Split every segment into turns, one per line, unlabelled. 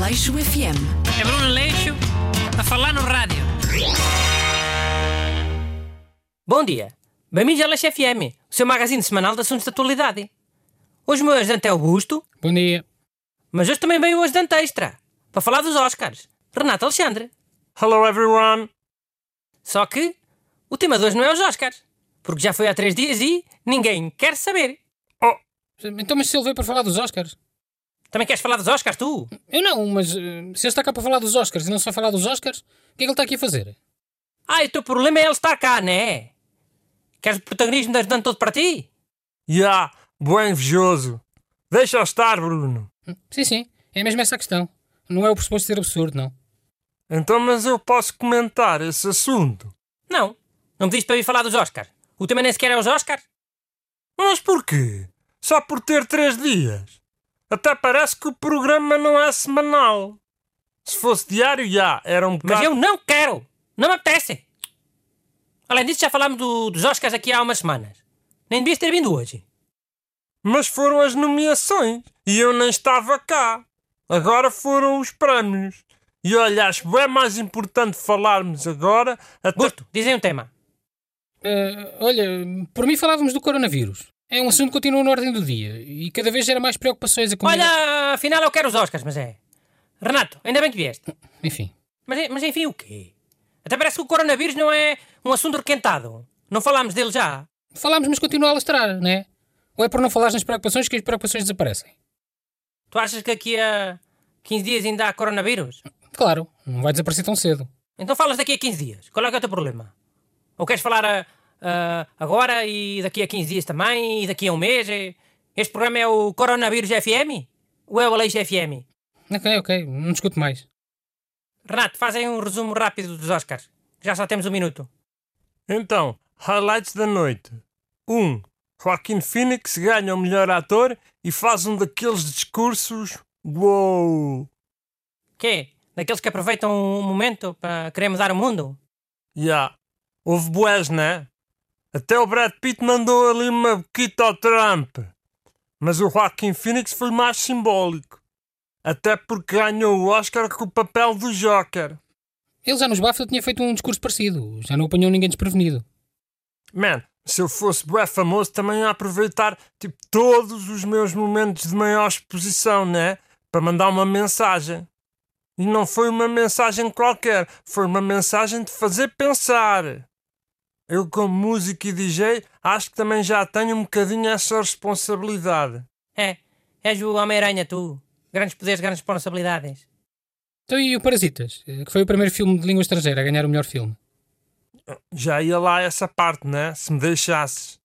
Leixo FM.
É Bruno Leixo a falar no rádio. Bom dia. Bem-vindos ao Leixo FM, o seu magazine semanal de assuntos de atualidade. Hoje o meu ajudante é Augusto,
Bom dia.
mas hoje também veio o ajudante extra para falar dos Oscars. Renato Alexandre. Hello everyone. Só que o tema de hoje não é os Oscars, porque já foi há três dias e ninguém quer saber.
Então, mas se ele veio para falar dos Oscars?
Também queres falar dos Oscars, tu?
Eu não, mas eh, se ele está cá para falar dos Oscars e não se vai falar dos Oscars, o que é que ele está aqui a fazer?
Ah, e o teu problema é ele estar cá, né? Queres o protagonismo da ajudante todo para ti?
Ya, bom invejoso. Deixa estar, Bruno.
Sim, sim, é mesmo essa a questão. Não é o pressuposto de ser absurdo, não.
Então, mas eu posso comentar esse assunto.
Não. Não me dizes para vir falar dos Oscars. O tema nem sequer é os Oscars.
Mas porquê? Só por ter três dias. Até parece que o programa não é semanal. Se fosse diário, já era um
Mas
bocado.
eu não quero. Não me apetece. Além disso, já falámos do- dos Oscars aqui há umas semanas. Nem devias ter vindo hoje.
Mas foram as nomeações e eu nem estava cá. Agora foram os prémios. E olha, acho bem mais importante falarmos agora. Até...
Gusto, dizem um tema.
Eh, olha, por mim falávamos do coronavírus. É um assunto que continua na ordem do dia e cada vez gera mais preocupações a
Hum.
comunidade.
Olha, afinal eu quero os Oscars, mas é. Renato, ainda bem que vieste.
Enfim,
Mas, é- mas enfim, o quê? Até parece que o coronavírus não é um assunto requentado. Não falámos dele já.
falámos, mas continua a lastrar, não é? Ou é por não falar nas preocupações que as preocupações desaparecem?
Tu achas que aqui a 15 dias ainda há coronavírus?
Claro, não vai desaparecer tão cedo.
Então falas daqui a 15 dias. Qual é, que é o teu problema? Ou queres falar ah, ah, agora e daqui a 15 dias também e daqui a um mês? E- Este programa é o Coronavírus FM? Ou é o Aleixo FM?
Ok, ok, não discuto mais.
Renato, fazem um resumo rápido dos Oscars. Já só temos um minuto.
Então, highlights da noite. 1. Um, Joaquin Phoenix ganha o melhor ator e faz um daqueles discursos. Uou!
Quê? Daqueles que aproveitam um momento para querer mudar o mundo?
Já. Houve boés, né? Até o Brad Pitt mandou ali uma boquita ao Trump. Mas o Joaquin Phoenix foi mais simbólico. Até porque ganhou o Oscar com o papel do Joker.
Ele já nos BAFTA tinha feito um discurso parecido, já não apanhou ninguém desprevenido.
Man, se eu fosse bué famoso também ia aproveitar tipo, todos os meus momentos de maior exposição, né? Para mandar uma mensagem. E não foi uma mensagem qualquer, foi uma mensagem de fazer pensar. Eu, como músico e DJ, acho que também já tenho um bocadinho essa responsabilidade.
É, és o Homem-Aranha, tu. Grandes poderes, grandes responsabilidades.
Então e o Parasitas, eh, que foi o primeiro filme de língua estrangeira a ganhar o melhor filme.
Já ia lá essa parte, né? Se me deixasses.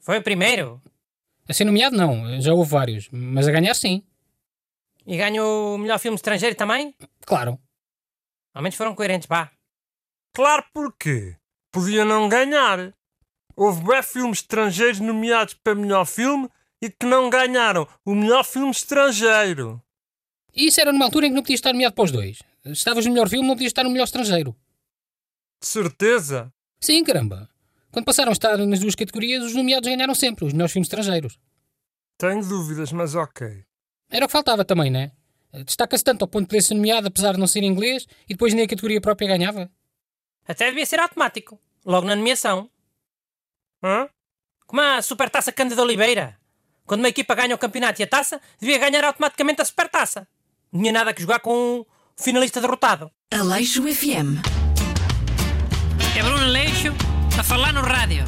Foi o primeiro.
A ser nomeado não, eh, já houve vários, mas a ganhar sim,
E ganhou o melhor filme estrangeiro também?
claro.
Ao menos foram coerentes, pá.
Claro porque podia não ganhar. Houve bué filmes estrangeiros nomeados para melhor filme e que não ganharam o melhor filme estrangeiro.
E isso era numa altura em que não podias estar nomeado para os dois. Se estavas no melhor filme, não podias estar no melhor estrangeiro.
De certeza.
Sim, caramba. Quando passaram a estar nas duas categorias, os nomeados ganharam sempre, os melhores filmes estrangeiros.
Tenho dúvidas, mas ok.
Era o que faltava também, né? Eh, Destaca-se tanto ao ponto de poder ser nomeado, apesar de não ser inglês, e depois nem a categoria própria ganhava.
Até devia ser automático, logo na nomeação.
Hã?
Como a Supertaça Cândida Oliveira. Quando uma equipa ganha o campeonato e a taça, devia ganhar automaticamente a Supertaça. Não tinha nada que jogar com um finalista derrotado.
Aleixo FM.
É Bruno Leixo a falar no rádio.